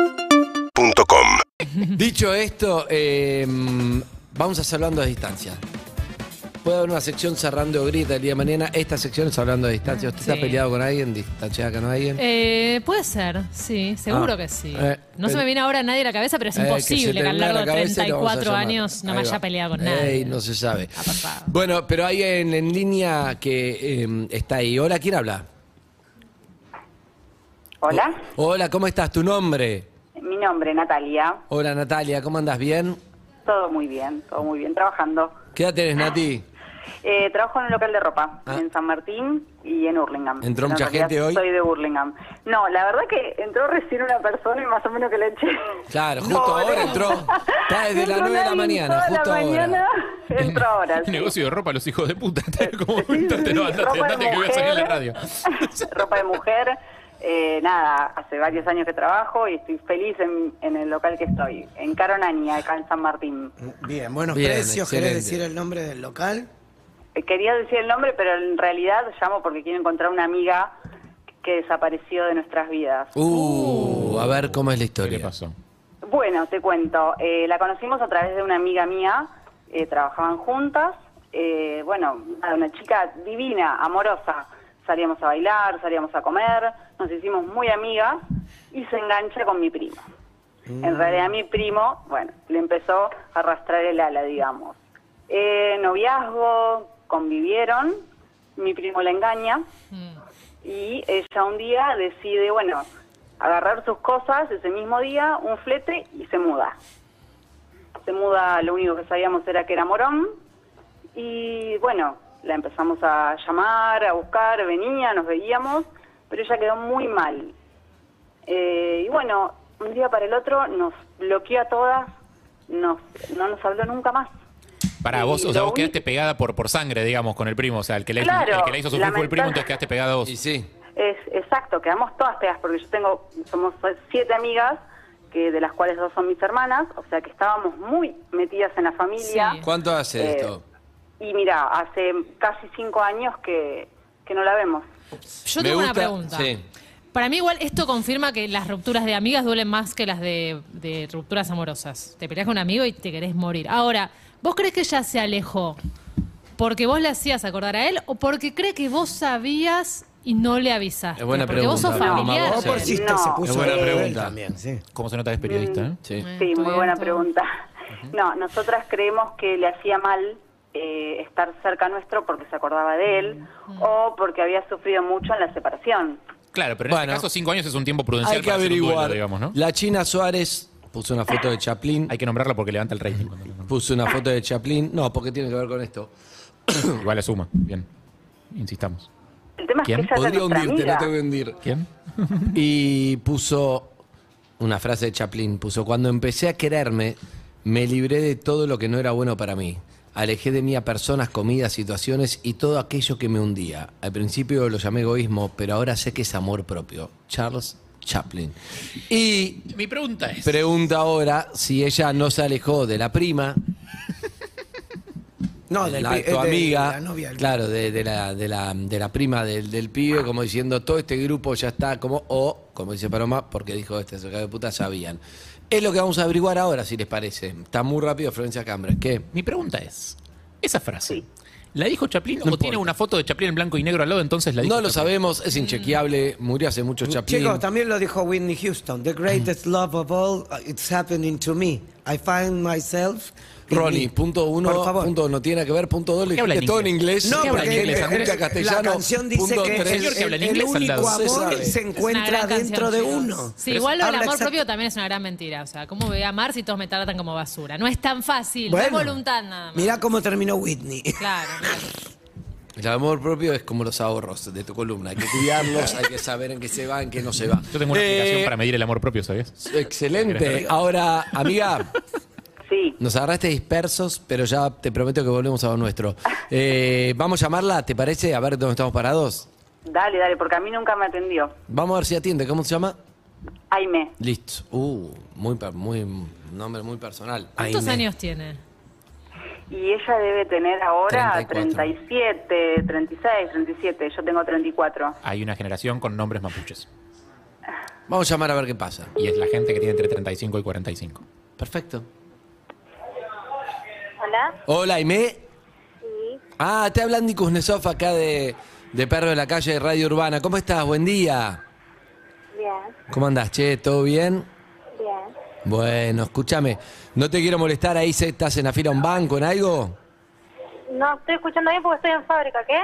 UrbanaPlayFM.com Dicho esto, eh, vamos a Salvando a Distancia. Puede haber una sección cerrando grita el día de mañana. Esta sección es hablando a distancia. ¿Usted Sí. está peleado con alguien? ¿Distanciada con alguien? Eh, puede ser, sí, seguro Ah, que sí. eh, no se pero- me viene ahora nadie a la cabeza, pero es Eh, que se imposible que, te al venga a largo la de cabeza y lo vamos a 34 llamar. años no Ahí me haya va. peleado con Ey, nadie. no se sabe. Ha pasado. Bueno, pero hay en, en línea que eh, está ahí. Hola, ¿quién habla? Hola, Hola, ¿cómo estás? ¿Tu nombre? mi nombre es Natalia. Hola, Natalia, ¿cómo andas? ¿Bien? Todo muy bien, todo muy bien, trabajando. ¿Qué edad tenés, Nati? Eh, trabajo en un local de ropa, Ah. en San Martín y en Hurlingham. ¿Entró Pero en mucha realidad gente hoy? Soy de Hurlingham. No, la verdad que entró recién una persona y más o menos que le eché. Claro, justo ahora entró. Está desde las Entró 9 de la nadie mañana, toda la justo mañana, ahora. Entró ahora. sí. Negocio de ropa, los hijos de puta. Te- Como Sí, sí, te sí, levantaste, ropa de andate que voy a salir en la radio. mujer, ropa de mujer. eh, nada, hace varios años que trabajo y estoy feliz en, en el local que estoy, en Caronania, acá en San Martín. Bien, buenos Bien, precios. ¿Querés excelente. decir el nombre del local? Eh, Quería decir el nombre, pero en realidad llamo porque quiero encontrar una amiga que desapareció de nuestras vidas. Uh, a ver cómo es la ¿Qué historia. le pasó? Bueno, te cuento. Eh, la conocimos a través de una amiga mía. eh, trabajaban juntas. Eh, bueno, nada, una chica divina, amorosa. Salíamos a bailar, salíamos a comer. Nos hicimos muy amigas y se engancha con mi primo. En realidad, mi primo, bueno, le empezó a arrastrar el ala, digamos. Eh, noviazgo, convivieron. Mi primo la engaña. Y ella un día decide, bueno, agarrar sus cosas ese mismo día, un flete y se muda. Se muda, lo único que sabíamos era que era Morón. Y bueno, la empezamos a llamar, a buscar, venía, nos veíamos, pero ella quedó muy mal. Eh, y bueno, un día para el otro nos bloqueó a todas, nos, no nos habló nunca más. Para Y vos, o lo sea, vos único- quedaste pegada por, por sangre, digamos, con el primo. O sea, el que le, Claro, el que la hizo sufrir fue el primo, lamentable. entonces quedaste pegada vos. Y sí. Es exacto, quedamos todas pegas porque yo tengo, somos siete amigas, que de las cuales dos son mis hermanas, o sea que estábamos muy metidas en la familia. Sí. ¿Cuánto hace Eh, esto? Y mira, hace casi cinco años que, que no la vemos. Yo Me tengo una gusta- pregunta. sí. Para mí igual esto confirma que las rupturas de amigas duelen más que las de, de rupturas amorosas. Te peleas con un amigo y te querés morir. Ahora, ¿vos crees que ella se alejó porque vos le hacías acordar a él o porque cree que vos sabías y no le avisaste? Es buena porque vos sos pregunta, Paloma, familiar. vos O por sí. si No. se puso Es buena de él pregunta. también, sí. ¿Cómo se nota que es periodista, eh? Sí. Eh, está Sí, muy bien, buena está bien. pregunta. No, nosotras creemos que le hacía mal eh, estar cerca nuestro porque se acordaba de él o porque había sufrido mucho en la separación. Claro, pero en Bueno. este caso, cinco años es un tiempo prudencial Hay que para hacer un duelo, averiguar. digamos, ¿no? La China Suárez puso una foto de Chaplin. Hay que nombrarla porque levanta el rating. cuando lo nombra. Puso una foto de Chaplin. No, porque tiene que ver con esto. Igual la suma. Bien. Insistamos. El tema ¿Quién? es que ella era Podría nuestra hundirte, no amiga. te voy a hundir. ¿Quién? Y puso una frase de Chaplin, puso, cuando empecé a quererme, me libré de todo lo que no era bueno para mí. Alejé de mí a personas, comidas, situaciones y todo aquello que me hundía. Al principio lo llamé egoísmo, pero ahora sé que es amor propio. Charles Chaplin. Y Mi pregunta es. pregunta ahora si ella no se alejó de la prima, No, de del la, pi- tu Ah, es de amiga, la novia del- claro, de, de la, de la- de la prima del, del pibe, como diciendo, todo este grupo ya está como, o, como dice Paloma, porque dijo este sacado de puta, sabían. Es lo que vamos a averiguar ahora, si les parece. Está muy rápido Florencia Cambra. ¿Qué? Mi pregunta es, esa frase, ¿la dijo Chaplin o tiene importa. una foto de Chaplin en blanco y negro al lado? Entonces la dijo No lo Chaplin? sabemos, es inchequeable, murió hace mucho Chaplin. Chicos, también lo dijo Whitney Houston. The greatest love of all, uh, it's happening to me. I find myself. in Ronnie, me. punto uno, Por favor. punto no tiene que ver, punto dos, le qué habla dijiste en todo en inglés, no, ¿Qué habla en porque inglés, eh, Andrés? eh, la canción dice que tres. el, Señor que habla en el inglés, único soldado. Se amor sabe. se encuentra Es una gran dentro de canción, chicos. uno. Sí, igual lo del Habla amor exact- propio también es una gran mentira. O sea, ¿cómo voy a amar si todos me tratan como basura? No es tan fácil, no es voluntad nada más. Mirá cómo terminó Whitney. Claro, claro. El amor propio es como los ahorros de tu columna, hay que cuidarlos, hay que saber en qué se va, en qué no se va. Yo tengo una aplicación Eh, para medir el amor propio, ¿sabías? Excelente. Ahora, amiga, Sí, nos agarraste dispersos, pero ya te prometo que volvemos a lo nuestro. Eh, vamos a llamarla, ¿te parece? A ver dónde estamos parados. dale, dale, porque a mí nunca me atendió. Vamos a ver si atiende. ¿Cómo se llama? Aime, Listo. Uh, muy, per- muy, un nombre muy personal. ¿Cuántos Aime. años tiene? Y ella debe tener ahora 34. 37, 36, 37. Yo tengo 34. Hay una generación con nombres mapuches. Vamos a llamar a ver qué pasa. Y es la gente que tiene entre 35 y 45. Perfecto. Hola. Hola, Aime. Sí. Ah, te habla Andy Kuznetsov acá de, de Perro de la Calle de Radio Urbana. ¿Cómo estás? Buen día. Bien. ¿Cómo andás, che? ¿Todo bien? Bien. Bueno, escúchame. No te quiero molestar ahí. se- ¿Estás en la fila a un banco, en algo? No estoy escuchando bien porque estoy en fábrica, ¿qué?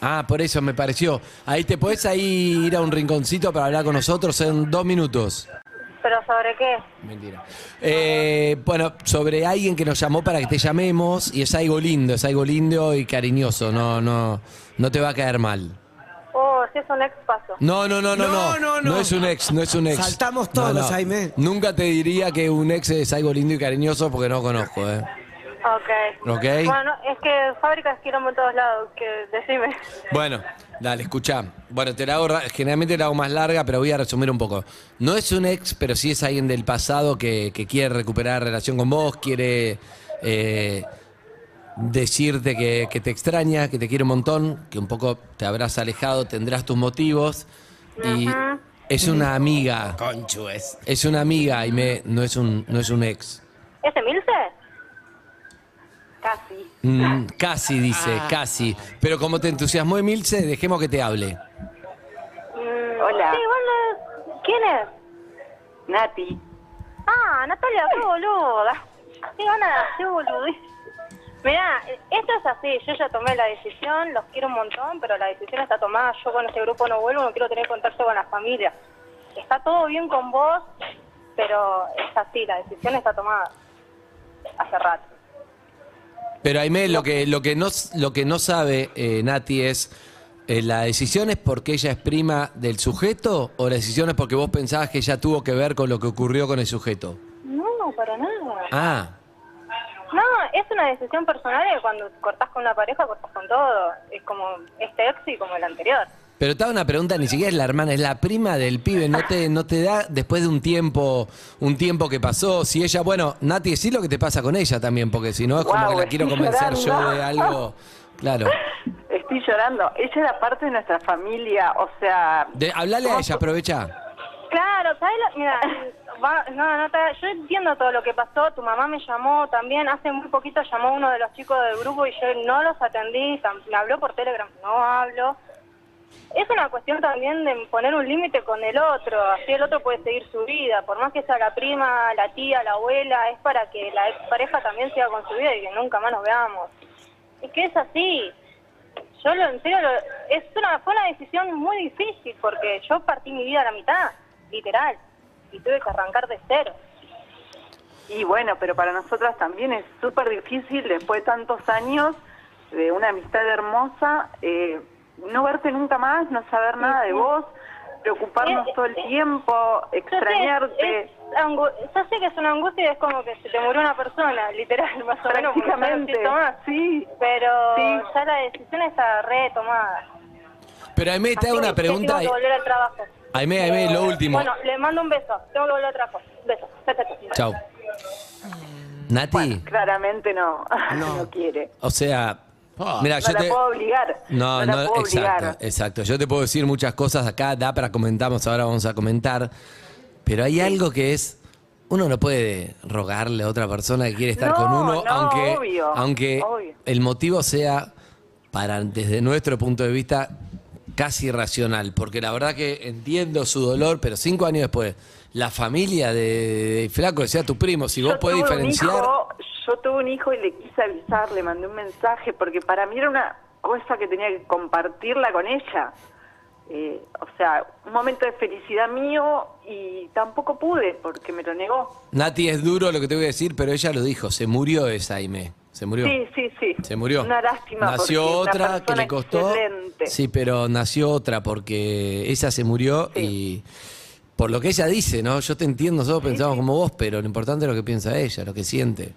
Ah, por eso me pareció. Ahí te podés ahí ir a un rinconcito para hablar con nosotros en dos minutos. ¿Pero sobre qué? Mentira. Eh, bueno, sobre alguien que nos llamó para que te llamemos y es algo lindo, es algo lindo y cariñoso. No, no, no te va a caer mal. Oh, si es un ex paso. No, no, no, no, no. No, no, no. es un ex, no es un ex. Saltamos No, todos, no. Jaime. Nunca te diría que un ex es algo lindo y cariñoso porque no conozco, ¿eh? Ok. Ok. Bueno, es que fábrica es quilombo en todos lados, que decime. Bueno, dale, escuchá. Bueno, te la hago, ra- generalmente la hago más larga, pero voy a resumir un poco. No es un ex, pero sí es alguien del pasado que, que quiere recuperar relación con vos, quiere eh, decirte que, que te extraña, que te quiere un montón, que un poco te habrás alejado, tendrás tus motivos. Y es una amiga, Conchu es. es una amiga y me, no, es un, no es un ex. ¿Es Emilce? Casi. Mm, casi, dice, casi. Pero como te entusiasmó Emilce, dejemos que te hable. Mm, Hola. Sí, bueno, ¿quién es? Nati. Ah, Natalia, qué boluda. Qué gana, qué boludez. Mirá, eh, esto es así, yo ya tomé la decisión, los quiero un montón, pero la decisión está tomada, yo con este grupo no vuelvo, no quiero tener contacto con la familia. Está todo bien con vos, pero es así, la decisión está tomada hace rato. Pero Aime, lo que, lo que, no, s- lo que no sabe eh, Nati es, eh, ¿la decisión es porque ella es prima del sujeto o la decisión es porque vos pensabas que ella tuvo que ver con lo que ocurrió con el sujeto? No, para nada. Ah, No, es una decisión personal y cuando cortás con una pareja, cortás con todo. Es como este ex y como el anterior. pero estaba una pregunta, ni siquiera es la hermana, es la prima del pibe, no te, no te da después de un tiempo, un tiempo que pasó, si ella, bueno, Nati, sí lo que te pasa con ella también, porque si no es como Guau, que la quiero estoy convencer yo llorando. de algo, claro. Estoy llorando. Ella era parte de nuestra familia, o sea... De, hablale a ella, aprovecha. Claro, ¿sabes? lo- Mira, va- no, no, ta- yo entiendo todo lo que pasó. Tu mamá me llamó también. Hace muy poquito llamó uno de los chicos del grupo y yo no los atendí. tam- Me habló por Telegram, no hablo. Es una cuestión también de poner un límite con el otro. Así el otro puede seguir su vida. Por más que sea la prima, la tía, la abuela, es para que la ex pareja también siga con su vida y que nunca más nos veamos. Es que es así. Yo lo en serio, lo- es una, fue una decisión muy difícil porque yo partí mi vida a la mitad, literal, y tuve que arrancar de cero. Y bueno, pero para nosotras también es súper difícil, después de tantos años de una amistad hermosa, eh, no verte nunca más, no saber nada de vos, preocuparnos Eh, todo el eh, tiempo, Yo eh, sé, extrañarte. es angu- yo sé que es una angustia, y es como que se te murió una persona, literal, más o menos. porque ya no prácticamente, existe más. sí. Pero Sí. ya la decisión está retomada. Pero Aime, te hago Así una que pregunta. eh. Tengo que volver al trabajo. Aime, Aime, lo Eh, último. Bueno, le mando un beso. Tengo que volver al trabajo. Beso. Chao, chao, chao. Chau. Nati, Claramente no, no, quiere. o sea, Ah. mira, No yo la te puedo obligar. no, la no, puedo obligar. exacto, Eh, exacto. Yo te puedo decir muchas cosas acá, da para comentamos, ahora vamos a comentar, pero hay algo que es uno no puede rogarle a otra persona que quiere estar No, con uno, no, aunque obvio, aunque obvio. el motivo sea para desde nuestro punto de vista casi irracional, porque la verdad que entiendo su dolor, pero cinco años después la familia de, de Flaco, que sea tu primo, si vos Yo podés tuve un diferenciar hijo- yo tuve un hijo y le quise avisar, le mandé un mensaje, porque para mí era una cosa que tenía que compartirla con ella. Eh, o sea, un momento de felicidad mío y tampoco pude porque me lo negó. Nati, es duro lo que te voy a decir, pero ella lo dijo, se murió esa Aime. Se murió. Sí, sí, sí. Se murió. Una lástima. Nació porque es una otra que persona le costó. excelente. Sí, pero nació otra porque esa se murió y por lo que ella dice, ¿no? Yo te entiendo, nosotros pensamos como vos, pero lo importante es lo que piensa ella, lo que siente.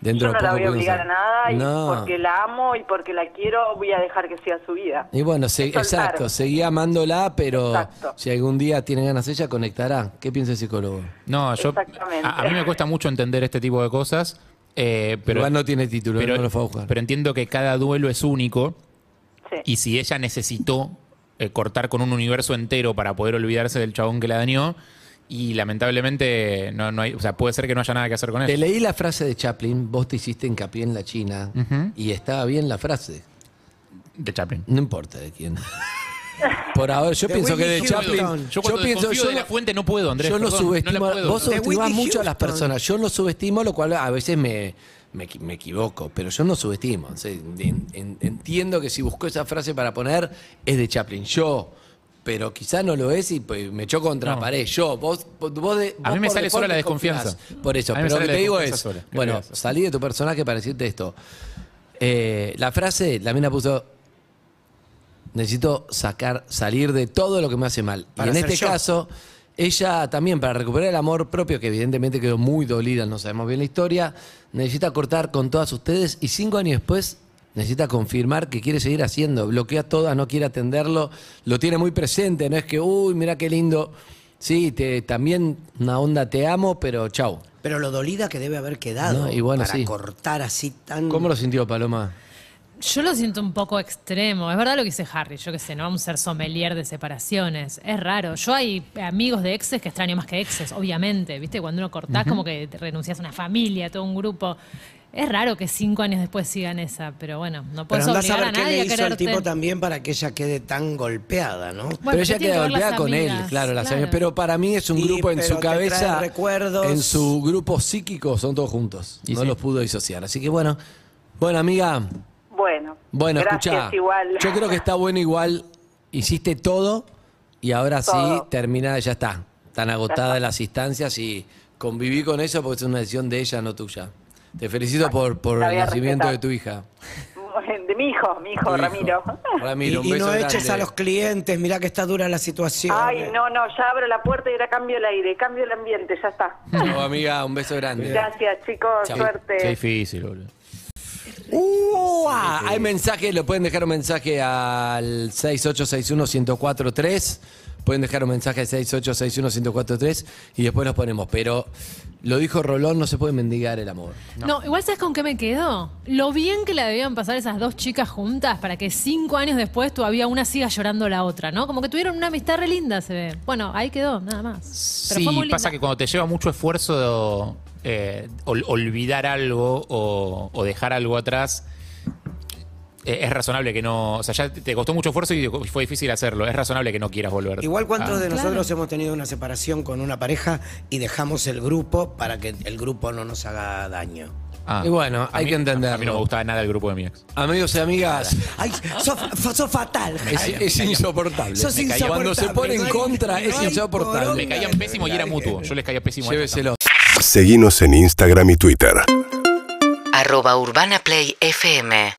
Dentro Yo no de la poco voy a piensa. obligar a nada y No. porque la amo y porque la quiero voy a dejar que siga su vida. Y bueno, se- soltar. exacto, seguía amándola, pero Exacto. si algún día tiene ganas ella, conectará. ¿Qué piensa el psicólogo? No, yo. Exactamente. A, a mí me cuesta mucho entender este tipo de cosas. eh, pero, Igual no tiene título, no lo fue a buscar. pero entiendo que cada duelo es único. Sí. Y si ella necesitó eh, cortar con un universo entero para poder olvidarse del chabón que la dañó, y lamentablemente no, no hay, o sea, puede ser que no haya nada que hacer con Te eso. leí la frase de Chaplin, vos te hiciste hincapié en la China y estaba bien la frase. De Chaplin. No importa de quién. Por ahora, yo De pienso que de Whitney Chaplin. Houston. Yo cuando pienso, desconfío de no- la fuente no puedo, Andrés, Yo no perdón, subestimo. no la puedo. vos De subestimás Whitney mucho a las Houston. personas. Yo no subestimo, lo cual a veces me, me, equi- me equivoco, pero yo no subestimo. O sea, en- en- entiendo que si busco esa frase para poner es de Chaplin. Yo. Pero quizá no lo es y pues, me choco contra No. la pared. Yo, vos, vos de- A vos mí me por sale default sola la desconfías. desconfianza. Por eso, A mí me pero lo sale que la te digo es, desconfianza sola. Qué bueno, pedazo. salí de tu personaje para decirte esto. Eh, la frase, la mina puso, necesito sacar, salir de todo lo que me hace mal. Para y en ser este yo. caso, ella también, para recuperar el amor propio, que evidentemente quedó muy dolida, no sabemos bien la historia, necesita cortar con todas ustedes y cinco años después necesita confirmar que quiere seguir haciendo. Bloquea todas, no quiere atenderlo, lo tiene muy presente, no es que, uy, mira qué lindo. Sí, te, también una onda te amo, pero chau. Pero lo dolida que debe haber quedado No, y bueno, para sí. cortar así tan... ¿Cómo lo sintió Paloma? Yo lo siento un poco extremo. Es verdad lo que dice Harry. Yo qué sé, no vamos a ser sommelier de separaciones. Es raro. Yo hay amigos de exes que extraño más que exes, obviamente. ¿Viste? Cuando uno cortás, como que te renuncias a una familia, a todo un grupo. Es raro que cinco años después sigan esa, pero bueno, no Pero puedes andás a obligar a, ver qué nadie le a hizo el quererte. tipo también para que ella quede tan golpeada, ¿no? Bueno, pero ¿qué ella tiene que queda ver las golpeada con él, amigas? claro, las Claro. amigas. Pero para mí es un Y, grupo en pero su te trae cabeza, recuerdos. en su grupo psíquico, son todos juntos. Y no sí. los pudo disociar. Así que bueno, bueno amiga, Bueno, bueno, gracias escucha. igual. Yo creo que está bueno igual. Hiciste todo y ahora sí Todo. terminada ya está. Tan agotada las instancias y conviví con eso porque es una decisión de ella, no tuya. Te felicito por, por la el voy a nacimiento respetar. de tu hija. De mi hijo, mi hijo Tu hijo. Ramiro. Ramiro, un y, y no beso eches grande. a los clientes, mirá que está dura la situación. Ay, no, no, ya abro la puerta y ahora cambio el aire, cambio el ambiente, ya está. Chau, amiga, un beso grande. Gracias, chicos, Chao. suerte. Qué difícil, boludo. ¡Uah! Uh, ah, Hay mensajes, lo pueden dejar un mensaje al 6861-1043. Pueden dejar un mensaje al 6861-1043 y después nos ponemos. Pero lo dijo Rolón, no se puede mendigar el amor. No. igual sabes con qué me quedo. Lo bien que la debían pasar esas dos chicas juntas para que cinco años después todavía una siga llorando la otra, ¿no? Como que tuvieron una amistad re linda, se ve. Bueno, ahí quedó, nada más. Pero sí, fue muy linda. pasa que cuando te lleva mucho esfuerzo eh, ol- olvidar algo o, o dejar algo atrás, eh, es razonable que no. O sea, ya te costó mucho esfuerzo y fue difícil hacerlo. Es razonable que no quieras volver. Igual cuántos Ah. de claro. nosotros hemos tenido una separación con una pareja y dejamos el grupo para que el grupo no nos haga daño. Ah. Y bueno, A hay mí- que A mí no entenderlo. me gustaba nada el grupo de mi ex. Amigos y amigas, Ay, sos, fa- sos fatal. es, es insoportable. Sos Me caía- Cuando se insoportable. pone en No hay- contra, no es hay poronga. Me insoportable. caían pésimo y era mutuo. Yo les caía pésimo. a ellos Lléveselo. Seguinos en Instagram y Twitter. arroba urbanaplayfm